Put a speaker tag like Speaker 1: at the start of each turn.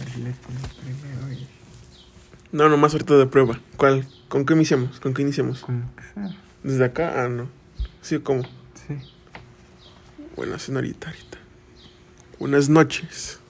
Speaker 1: teléfonos primero y
Speaker 2: No, nomás ahorita de prueba. ¿Cuál? ¿Con qué iniciamos? ¿Con qué iniciamos?
Speaker 1: como que sea.
Speaker 2: ¿Desde acá? Ah, no. Sí, ¿cómo?
Speaker 1: Sí.
Speaker 2: Buenas, señorita, ahorita. Buenas noches.